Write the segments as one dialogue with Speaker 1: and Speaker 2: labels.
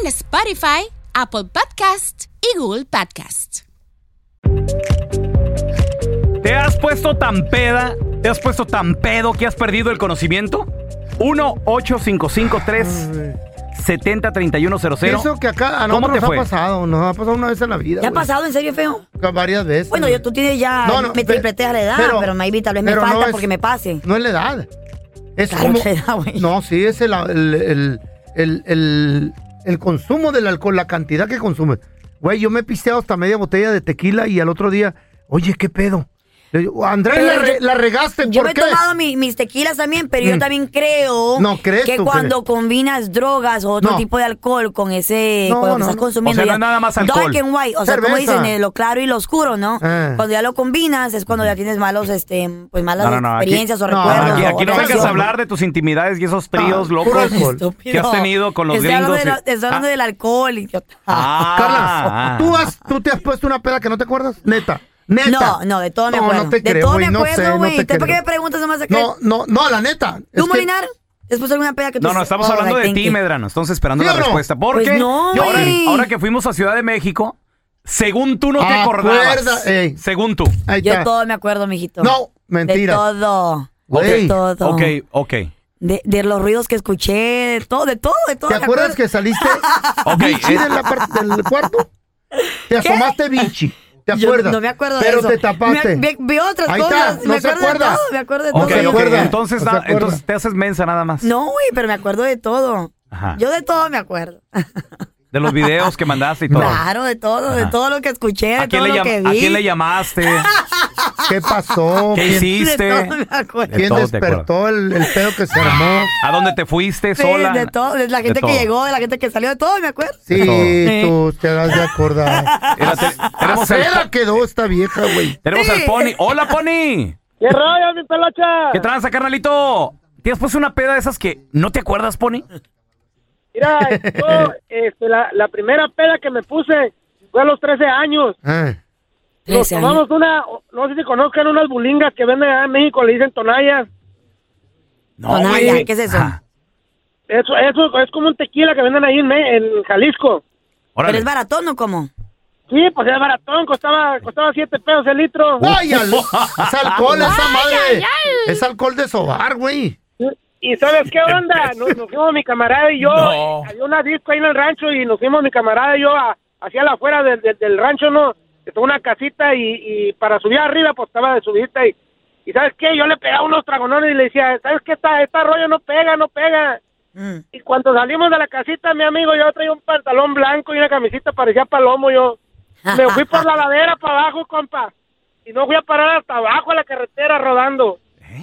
Speaker 1: en Spotify, Apple Podcast y Google Podcast.
Speaker 2: ¿Te has puesto tan peda? ¿Te has puesto tan pedo que has perdido el conocimiento? 1-855-370-3100.
Speaker 3: Eso
Speaker 2: Ah,
Speaker 3: que acá a
Speaker 2: ¿Cómo te
Speaker 3: nosotros nos
Speaker 2: fue?
Speaker 3: ha pasado, nos ha pasado una vez en la vida.
Speaker 4: ¿Te ha
Speaker 3: güey.
Speaker 4: pasado en serio, feo?
Speaker 3: Varias veces.
Speaker 4: Bueno,
Speaker 3: güey.
Speaker 4: yo, tú tienes ya.
Speaker 3: No, no,
Speaker 4: me
Speaker 3: pe-
Speaker 4: tripleteas la edad, pero, maybe tal vez me
Speaker 3: pero no
Speaker 4: falta
Speaker 3: es-
Speaker 4: porque me pase.
Speaker 3: No es la edad. Es
Speaker 4: Claro
Speaker 3: como-
Speaker 4: que la edad, güey.
Speaker 3: No, sí, es el, el, el, el- el- el consumo del alcohol, la cantidad que consumes. Güey, yo me he pisteado hasta media botella de tequila y al otro día, oye, ¿qué pedo? Le digo, Andrés,
Speaker 4: Pero
Speaker 3: la,
Speaker 4: yo-
Speaker 3: re- la regaste,
Speaker 4: Yo
Speaker 3: ¿por
Speaker 4: me
Speaker 3: qué?
Speaker 4: he tomado mi- mis tequilas también, pero yo
Speaker 3: Mm.
Speaker 4: también creo
Speaker 3: No, ¿crees
Speaker 4: que
Speaker 3: tú,
Speaker 4: cuando combinas drogas o otro
Speaker 3: No.
Speaker 4: tipo de alcohol con ese,
Speaker 3: No,
Speaker 4: con lo que
Speaker 3: no,
Speaker 4: estás
Speaker 3: no.
Speaker 4: consumiendo.
Speaker 2: O sea, no
Speaker 4: ya-
Speaker 2: es nada más alcohol.
Speaker 4: Dark and white, o sea, como
Speaker 3: Cerveza.
Speaker 4: dicen, eh, lo claro y lo oscuro, ¿no?
Speaker 3: Eh.
Speaker 4: Cuando ya lo combinas es cuando ya tienes malos, este, pues malas
Speaker 2: No, no, no, aquí-
Speaker 4: experiencias o
Speaker 3: no,
Speaker 4: recuerdos.
Speaker 2: Aquí,
Speaker 4: o-
Speaker 2: aquí no
Speaker 4: o
Speaker 2: vengas
Speaker 4: relación.
Speaker 2: a hablar de tus intimidades y esos tríos
Speaker 3: Ah,
Speaker 2: locos
Speaker 3: puro alcohol.
Speaker 2: que has tenido con los
Speaker 4: Estoy
Speaker 2: gringos.
Speaker 4: hablando de la-
Speaker 2: y-
Speaker 4: estoy hablando
Speaker 2: Ah,
Speaker 4: del alcohol, idiota.
Speaker 2: ah,
Speaker 3: Carla,
Speaker 2: ah.
Speaker 3: ¿tú, has- ¿tú te has puesto una peda que no te acuerdas? Neta, neta.
Speaker 4: No, no, de todo me acuerdo.
Speaker 3: No, no te
Speaker 4: de
Speaker 3: creo,
Speaker 4: todo
Speaker 3: güey,
Speaker 4: me
Speaker 3: no sé,
Speaker 4: acuerdo,
Speaker 3: no
Speaker 4: güey.
Speaker 3: te
Speaker 4: ¿Entonces por qué
Speaker 3: creo.
Speaker 4: me preguntas nomás acá?
Speaker 3: No, no, no, la neta. Es
Speaker 4: ¿Tú,
Speaker 3: que-
Speaker 4: Molinar? ¿Después alguna peda que tú
Speaker 2: No, no, estamos
Speaker 4: Oh,
Speaker 2: hablando
Speaker 4: I
Speaker 2: de
Speaker 4: think
Speaker 2: ti,
Speaker 4: it-
Speaker 2: Medrano. Entonces, esperando
Speaker 3: ¿Sí
Speaker 2: la
Speaker 3: o no?
Speaker 2: respuesta. Porque
Speaker 4: Pues no,
Speaker 2: ahora,
Speaker 4: güey.
Speaker 2: ahora que fuimos a Ciudad de México, según tú no te
Speaker 3: Acuerda-
Speaker 2: acordabas.
Speaker 3: ey.
Speaker 2: Según tú.
Speaker 3: Ahí
Speaker 4: Yo
Speaker 3: está.
Speaker 4: todo me acuerdo, mijito.
Speaker 3: No, mentira.
Speaker 4: De todo.
Speaker 3: Güey.
Speaker 4: De todo.
Speaker 2: Ok, ok.
Speaker 4: De, de los ruidos que escuché, de todo, de todo, de todo.
Speaker 3: ¿Te
Speaker 4: me
Speaker 3: acuerdas que
Speaker 4: acuerdo.
Speaker 3: saliste
Speaker 2: Ok,
Speaker 3: bichi
Speaker 2: eh.
Speaker 3: de la par- del cuarto? Te asomaste bichi. ¿Te
Speaker 4: Yo
Speaker 3: acuerdas?
Speaker 4: no me acuerdo de
Speaker 3: Pero
Speaker 4: eso.
Speaker 3: te tapaste.
Speaker 4: Me- vi- vi otras
Speaker 3: Ahí
Speaker 4: cosas,
Speaker 3: Está.
Speaker 4: me
Speaker 3: No se
Speaker 4: acuerdo de
Speaker 3: acuerda.
Speaker 4: todo, me acuerdo de
Speaker 2: Ok,
Speaker 4: todo.
Speaker 3: No se
Speaker 2: ok.
Speaker 3: acuerda.
Speaker 2: Entonces,
Speaker 3: No se
Speaker 2: da-
Speaker 3: acuerda.
Speaker 2: entonces te haces mensa nada más.
Speaker 4: No, güey, pero me acuerdo de todo.
Speaker 2: Ajá.
Speaker 4: Yo de todo me acuerdo.
Speaker 2: De los videos que mandaste y todo.
Speaker 4: Claro, de todo, de
Speaker 2: Ajá.
Speaker 4: todo lo que escuché,
Speaker 2: ¿A
Speaker 4: de
Speaker 2: quién,
Speaker 4: todo
Speaker 2: le
Speaker 4: lo
Speaker 2: llam-
Speaker 4: que vi.
Speaker 2: a quién le llamaste?
Speaker 3: ¿Qué pasó?
Speaker 2: ¿Qué
Speaker 3: ¿Quién-
Speaker 2: hiciste?
Speaker 4: De todo me acuerdo.
Speaker 3: ¿Quién
Speaker 2: todo te
Speaker 3: despertó el, el pedo que se armó?
Speaker 2: ¿A dónde te fuiste
Speaker 4: Sí,
Speaker 2: sola?
Speaker 4: de todo, de la
Speaker 2: De
Speaker 4: gente
Speaker 2: todo.
Speaker 4: que llegó, de la gente que salió, de todo me acuerdo.
Speaker 3: Sí,
Speaker 2: De
Speaker 3: tú te has de acordar.
Speaker 2: Mira, te- tenemos, al,
Speaker 3: Acera quedó esta vieja, güey.
Speaker 2: tenemos al Pony. ¡Hola, Pony!
Speaker 5: ¿Qué rollo, mi pelocha?
Speaker 2: ¿Qué tranza, carnalito? ¿Te has puesto una peda de esas que no te acuerdas, Pony?
Speaker 5: Mira, yo, este, la, la primera peda que me puse fue a los 13 años.
Speaker 3: Ah,
Speaker 5: Nos
Speaker 4: 13 años.
Speaker 5: tomamos una, no sé si conozcan unas bulingas que venden acá en México, le dicen tonallas.
Speaker 4: Tonaya,
Speaker 2: güey. Ah,
Speaker 4: ¿qué es eso?
Speaker 2: Ajá.
Speaker 5: Eso, eso es como un tequila que venden ahí en, Me- en Jalisco.
Speaker 4: ¿Pero
Speaker 2: Órale.
Speaker 4: es baratón o cómo?
Speaker 5: Sí, pues era baratón, costaba costaba 7 pesos el litro.
Speaker 3: ¡Ay, al- es alcohol esa madre! Es alcohol de sobar, güey.
Speaker 5: ¿Y sabes qué onda? Nos, nos fuimos mi camarada y yo,
Speaker 2: No.
Speaker 5: eh, había una disco ahí en el rancho y nos fuimos mi camarada y yo a- hacia la afuera del, del- del rancho, ¿no? Estaba una casita y, y para subir arriba, pues estaba de subidita y, y ¿sabes qué? Yo le pegaba unos tragonones y le decía, ¿sabes qué? Esta, esta rollo no pega, no pega.
Speaker 4: Mm.
Speaker 5: Y cuando salimos de la casita, mi amigo, yo traía un pantalón blanco y una camisita parecía palomo yo. Me fui por la ladera para abajo, compa. Y no fui a parar hasta abajo a la carretera rodando.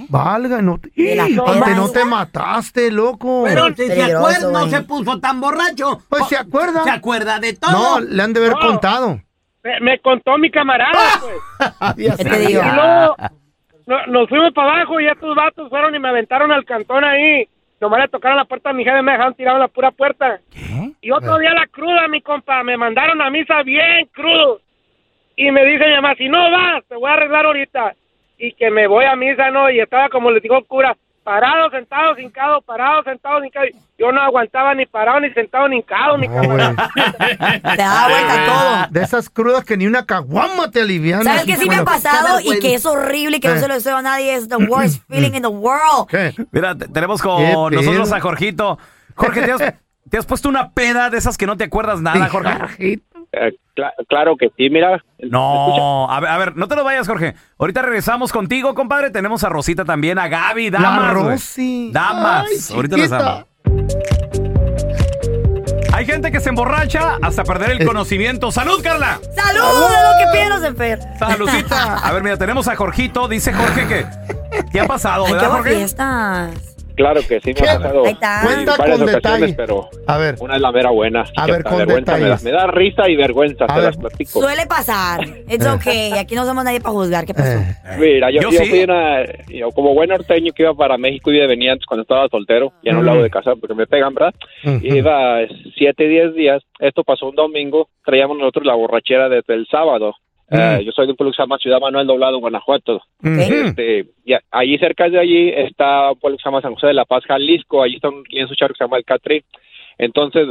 Speaker 3: Valga, no te,
Speaker 4: De la
Speaker 3: ¡Ih!
Speaker 4: sobar.
Speaker 3: Te- no te mataste, loco.
Speaker 6: Pero si se
Speaker 4: Peligroso,
Speaker 6: acuerda, no
Speaker 4: güey.
Speaker 6: se puso tan borracho.
Speaker 3: Pues
Speaker 6: Po-
Speaker 3: se acuerda.
Speaker 6: Se acuerda de todo.
Speaker 3: no, le han de haber
Speaker 5: No.
Speaker 3: contado.
Speaker 5: Me, me contó mi camarada,
Speaker 3: Ah.
Speaker 5: pues.
Speaker 3: Ya
Speaker 4: ¿Qué
Speaker 3: sé.
Speaker 4: te digo?
Speaker 5: Y luego no- nos fuimos para abajo y estos vatos fueron y me aventaron al cantón ahí. Nomás le tocaron la puerta a mi jefe, me dejaron tirado en la pura puerta. Y otro día la cruda, mi compa, me mandaron a misa bien crudo. Y me dice mi mamá, si no vas, te voy a arreglar ahorita. Y que me voy a misa, ¿no? Y estaba como les digo el cura, parado, sentado, hincado, parado, sentado, hincado. Yo no aguantaba ni parado, ni sentado, ni hincado, mi
Speaker 3: No, güey.
Speaker 5: camarada.
Speaker 4: Te da vuelta todo.
Speaker 3: Ah, De esas crudas que ni una caguama te aliviana.
Speaker 4: ¿Sabes qué sí me ha pasado y que es horrible y que no
Speaker 3: Eh.
Speaker 4: se lo deseo a nadie? Es the worst feeling in the world.
Speaker 3: ¿Qué?
Speaker 2: Mira, te- tenemos con
Speaker 3: Qué pedo.
Speaker 2: nosotros a Jorgito. Jorge, ¿te has, ¿Te has puesto una peda de esas que no te acuerdas nada, Jorge?
Speaker 7: Eh, cla- claro que sí, mira.
Speaker 2: No, a ver, a ver, no te lo vayas, Jorge. Ahorita regresamos contigo, compadre. Tenemos a Rosita también, a Gaby, damas.
Speaker 3: La
Speaker 2: güey.
Speaker 3: Rosy.
Speaker 2: Damas.
Speaker 3: Ay,
Speaker 2: Ahorita
Speaker 3: chiquita.
Speaker 2: regresamos. Hay gente que se emborracha hasta perder el
Speaker 3: Eh.
Speaker 2: conocimiento. ¡Salud, Carla!
Speaker 4: ¡Salud! de lo que piden los enfer.
Speaker 2: ¡Saludcita! A ver, mira, tenemos a Jorgito. Dice Jorge que. ¿Qué ha pasado,
Speaker 4: Ay, qué
Speaker 2: verdad,
Speaker 4: hago
Speaker 2: Jorge?
Speaker 4: fiestas.
Speaker 7: Claro que sí, me
Speaker 3: ¿Qué?
Speaker 7: ha pasado
Speaker 4: Ahí está.
Speaker 7: en
Speaker 3: Cuenta
Speaker 7: varias
Speaker 3: con
Speaker 7: ocasiones,
Speaker 3: detalle.
Speaker 7: pero
Speaker 3: A ver.
Speaker 7: una es la mera buena.
Speaker 3: A
Speaker 7: que
Speaker 3: ver,
Speaker 7: hasta
Speaker 3: con
Speaker 7: vergüenza me, da,
Speaker 3: detalles.
Speaker 7: me da risa y vergüenza,
Speaker 3: A
Speaker 7: te
Speaker 3: ver.
Speaker 7: las platico.
Speaker 4: Suele pasar. It's okay. Aquí no somos nadie para juzgar. ¿Qué pasó?
Speaker 3: Eh,
Speaker 7: Mira, yo,
Speaker 2: Yo
Speaker 7: yo
Speaker 2: sí.
Speaker 7: fui una, yo como buen norteño que iba para México y venía antes cuando estaba soltero, ya no
Speaker 3: Mm.
Speaker 7: lo hago de casa porque me pegan, ¿verdad?
Speaker 3: Ujú.
Speaker 7: Iba siete, diez días, esto pasó un domingo, traíamos nosotros la borrachera desde el sábado. Eh,
Speaker 3: Mm.
Speaker 7: yo soy de un pueblo que se llama Ciudad Manuel Doblado, Guanajuato.
Speaker 3: ujú.
Speaker 7: Este, y a- allí cerca de allí está un pueblo que se llama San José de la Paz, Jalisco. Allí está un lienzo charro que se llama El Catrí. Entonces,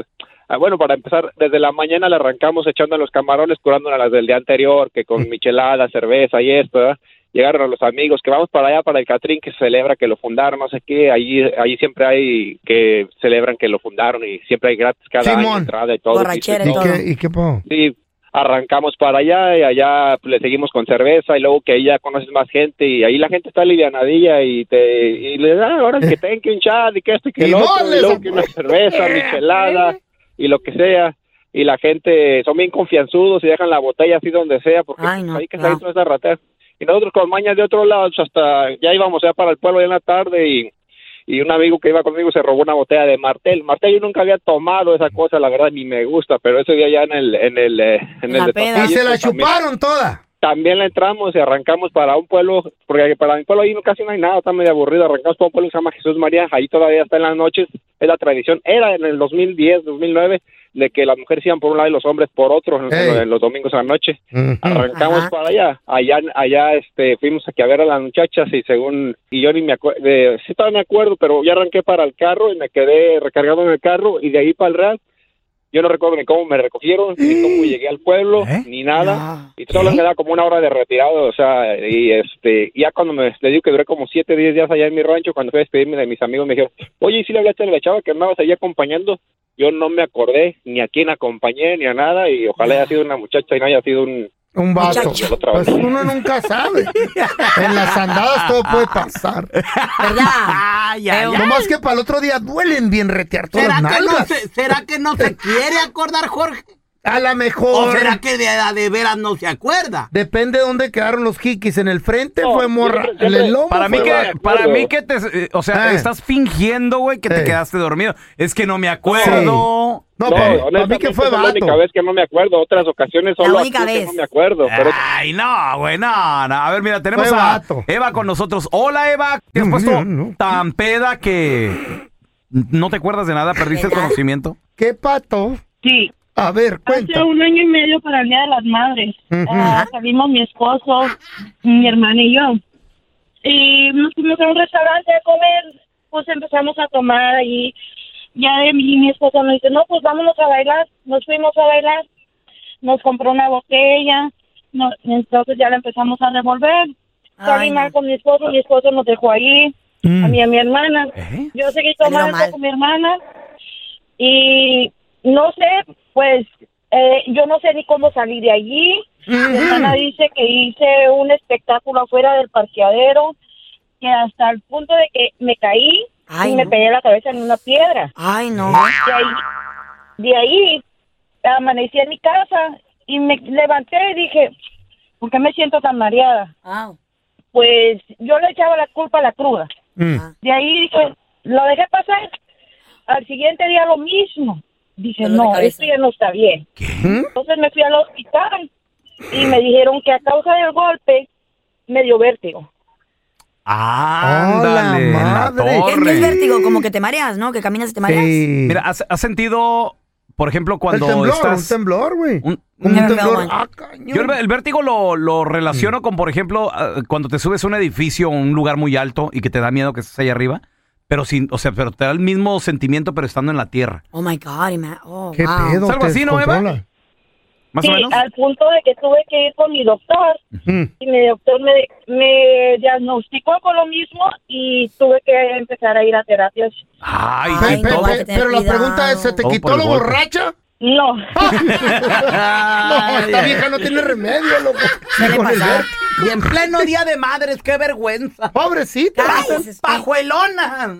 Speaker 7: ah, bueno, para empezar, desde la mañana le arrancamos echando a los camarones, curándonos a las del día anterior, que con michelada, cerveza y esto, ¿verdad? Llegaron a los amigos que vamos para allá, para el Catrín, que se celebra que lo fundaron, no sé qué. Allí, allí siempre hay que celebran que lo fundaron y siempre hay gratis cada año
Speaker 3: Simón.
Speaker 7: entrada y todo.
Speaker 4: Borrachera
Speaker 3: ¿Y
Speaker 4: todo.
Speaker 3: qué, ¿Y qué pasó?
Speaker 7: Sí, arrancamos para allá y allá pues, le seguimos con cerveza y luego que ahí ya conoces más gente y ahí la gente está livianadilla y te y le da ahora es que tenga un chat y que esto y que
Speaker 3: Y
Speaker 7: lo otro,
Speaker 3: boles,
Speaker 7: y luego que una cerveza, michelada y lo que sea y la gente son bien confianzudos y dejan la botella así donde sea porque
Speaker 4: Ay, no,
Speaker 7: hay que
Speaker 4: claro.
Speaker 7: salir toda esa ratera. Y nosotros con mañas de otro lado, pues, hasta ya íbamos ya para el pueblo ya en la tarde y y un amigo que iba conmigo se robó una botella de Martel. Martel yo nunca había tomado
Speaker 3: Mm.
Speaker 7: esa cosa, la verdad ni me gusta, pero ese día ya en el en el eh, en
Speaker 4: La
Speaker 7: el de
Speaker 4: peda.
Speaker 7: Topillo,
Speaker 3: Y se la
Speaker 7: pues, también-
Speaker 3: chuparon toda.
Speaker 7: También la entramos y arrancamos para un pueblo, porque para mi pueblo ahí no- casi no hay nada, está medio aburrido. Arrancamos para un pueblo que se llama Jesús María, ahí todavía está en las noches, es la tradición. Era en el 2010, 2009, de que las mujeres iban por un lado y los hombres por otro, en-
Speaker 3: Ey.
Speaker 7: en los domingos a la noche
Speaker 3: Ujú.
Speaker 7: arrancamos
Speaker 4: Ajá.
Speaker 7: para allá allá allá este fuimos aquí a ver a las muchachas y según y yo ni me acuerdo sí estaba me acuerdo pero ya arranqué para el carro y me quedé recargado en el carro y de ahí para el real yo no recuerdo ni cómo me recogieron ni cómo llegué al pueblo
Speaker 2: ¿Eh?
Speaker 7: ni nada y solo me da como una hora de retirado o sea y este y ya cuando me le digo que duré como siete diez días allá en mi rancho cuando fui a despedirme de mis amigos me dijeron oye y si le hablaste a la chava que andabas ahí acompañando yo no me acordé ni a quién acompañé ni a nada y ojalá haya sido una muchacha y no haya sido un
Speaker 3: Un vaso.
Speaker 4: Muchacho.
Speaker 7: Otra
Speaker 3: Pues
Speaker 7: vez.
Speaker 3: uno nunca sabe. En las andadas todo puede pasar.
Speaker 4: ¿Verdad?
Speaker 6: Ay, ay, ay.
Speaker 3: Nomás que para el otro día duelen bien retear todas
Speaker 6: ¿Será
Speaker 3: las
Speaker 6: que, no
Speaker 3: nalgas.
Speaker 6: se, ¿Será que no se quiere acordar, Jorge?
Speaker 3: A lo
Speaker 6: ¿O
Speaker 3: mejor.
Speaker 6: será que de, de veras no se acuerda?
Speaker 3: Depende de dónde quedaron los jiquis. En el frente
Speaker 7: No,
Speaker 3: fue morra.
Speaker 7: siempre-
Speaker 3: en el
Speaker 7: siempre-
Speaker 3: lomo
Speaker 2: Para mí
Speaker 3: fue
Speaker 2: que,
Speaker 3: vaca.
Speaker 7: acuerdo.
Speaker 2: para mí que te, eh, o sea,
Speaker 3: Eh.
Speaker 2: estás fingiendo, güey, que te
Speaker 3: Eh.
Speaker 2: quedaste dormido. Es que no me acuerdo. Eh.
Speaker 3: No,
Speaker 7: No,
Speaker 3: para, mí- para mí
Speaker 7: honestamente
Speaker 3: que fue
Speaker 7: es la única
Speaker 3: vato.
Speaker 7: vez que no me acuerdo. Otras ocasiones
Speaker 4: La
Speaker 7: solo
Speaker 4: única
Speaker 7: aquí que
Speaker 4: vez.
Speaker 7: no me acuerdo. Pero
Speaker 2: Ay, no, güey, no, no. A ver, mira, tenemos
Speaker 3: Fue
Speaker 2: a
Speaker 3: vato.
Speaker 2: Eva con nosotros. Hola, Eva. ¿Te has
Speaker 3: No,
Speaker 2: puesto
Speaker 3: no, no.
Speaker 2: tan peda que no te acuerdas de nada? ¿Perdiste el
Speaker 4: ¿Verdad?
Speaker 2: conocimiento?
Speaker 3: ¿Qué pato?
Speaker 8: Sí,
Speaker 3: A ver,
Speaker 8: hace
Speaker 3: cuenta.
Speaker 8: un año y medio para el Día de las Madres.
Speaker 3: Ujú.
Speaker 8: Ah, salimos mi esposo, mi hermana y yo. Y nos fuimos a un restaurante a comer, pues empezamos a tomar allí. Ya de mí, mi esposo nos dice, no, pues vámonos a bailar. Nos fuimos a bailar, nos compró una botella, no- entonces ya la empezamos a revolver.
Speaker 4: Ay,
Speaker 8: Salí mal
Speaker 4: no. Mm.
Speaker 8: con mi esposo, mi esposo nos dejó ahí, a mí y a mi hermana.
Speaker 2: ¿Eh?
Speaker 8: Yo seguí
Speaker 4: Salió
Speaker 8: tomando
Speaker 4: mal.
Speaker 8: con mi hermana y no sé, pues eh, yo no sé ni cómo salir de allí.
Speaker 4: Mm.
Speaker 8: Mi hermana dice que hice un espectáculo afuera del parqueadero, que hasta el punto de que me caí
Speaker 4: Ay,
Speaker 8: y me
Speaker 4: no.
Speaker 8: pegué la cabeza en una piedra.
Speaker 4: Ay, no.
Speaker 8: De ahí, de ahí amanecí en mi casa y me levanté y dije, ¿por qué me siento tan mareada?
Speaker 4: Wow.
Speaker 8: Pues yo le echaba la culpa a la cruda.
Speaker 3: Mm.
Speaker 8: De ahí dije, lo dejé pasar. Al siguiente día lo mismo. Dije,
Speaker 4: Dolor de
Speaker 8: no,
Speaker 4: cabeza.
Speaker 8: esto ya no está bien. Entonces me fui al hospital y me dijeron que a causa del golpe me dio vértigo.
Speaker 2: Ándale, en la
Speaker 3: madre. ¿Qué-
Speaker 4: ¿Qué,
Speaker 2: torre.
Speaker 4: qué es vértigo? Como que te mareas, ¿no? Que caminas y te mareas.
Speaker 3: Sí.
Speaker 2: Mira, ¿has, has sentido, por ejemplo, cuando
Speaker 3: el temblor,
Speaker 2: estás...
Speaker 3: un temblor, güey.
Speaker 2: un-
Speaker 3: Un
Speaker 4: Never
Speaker 3: temblor.
Speaker 4: felt one.
Speaker 3: Ah, cañón.
Speaker 2: Yo el, el vértigo lo, lo relaciono con, por ejemplo, ah, cuando te subes a un edificio o un lugar muy alto y que te da miedo que estés allá arriba, pero sin, o sea, pero te da el mismo sentimiento, pero estando en la tierra.
Speaker 4: Oh my God, ima- oh,
Speaker 3: Ah, ¿Qué
Speaker 4: wow.
Speaker 3: pedo?
Speaker 2: ¿Es algo
Speaker 3: te
Speaker 2: así, no, Eva?
Speaker 3: descontrola.
Speaker 2: ¿Más
Speaker 8: sí, ah,
Speaker 2: o menos?
Speaker 8: al punto de que tuve que ir con mi doctor y mi doctor me, me diagnosticó con lo mismo y tuve que empezar a ir a terapias.
Speaker 2: Ay,
Speaker 3: Pe-
Speaker 2: y
Speaker 3: pe-
Speaker 2: todo.
Speaker 3: pe- pero la pregunta es, ¿se te
Speaker 2: Todo por
Speaker 3: quitó
Speaker 2: el
Speaker 3: la
Speaker 2: golpe.
Speaker 3: borracha?
Speaker 8: No,
Speaker 3: No, esta vieja no tiene remedio, loco.
Speaker 4: Suele
Speaker 3: Con el
Speaker 4: pasar.
Speaker 3: verde.
Speaker 6: Y en pleno día de madres, qué vergüenza.
Speaker 3: Pobrecita.
Speaker 4: Ay, ese es-
Speaker 6: Pajuelona.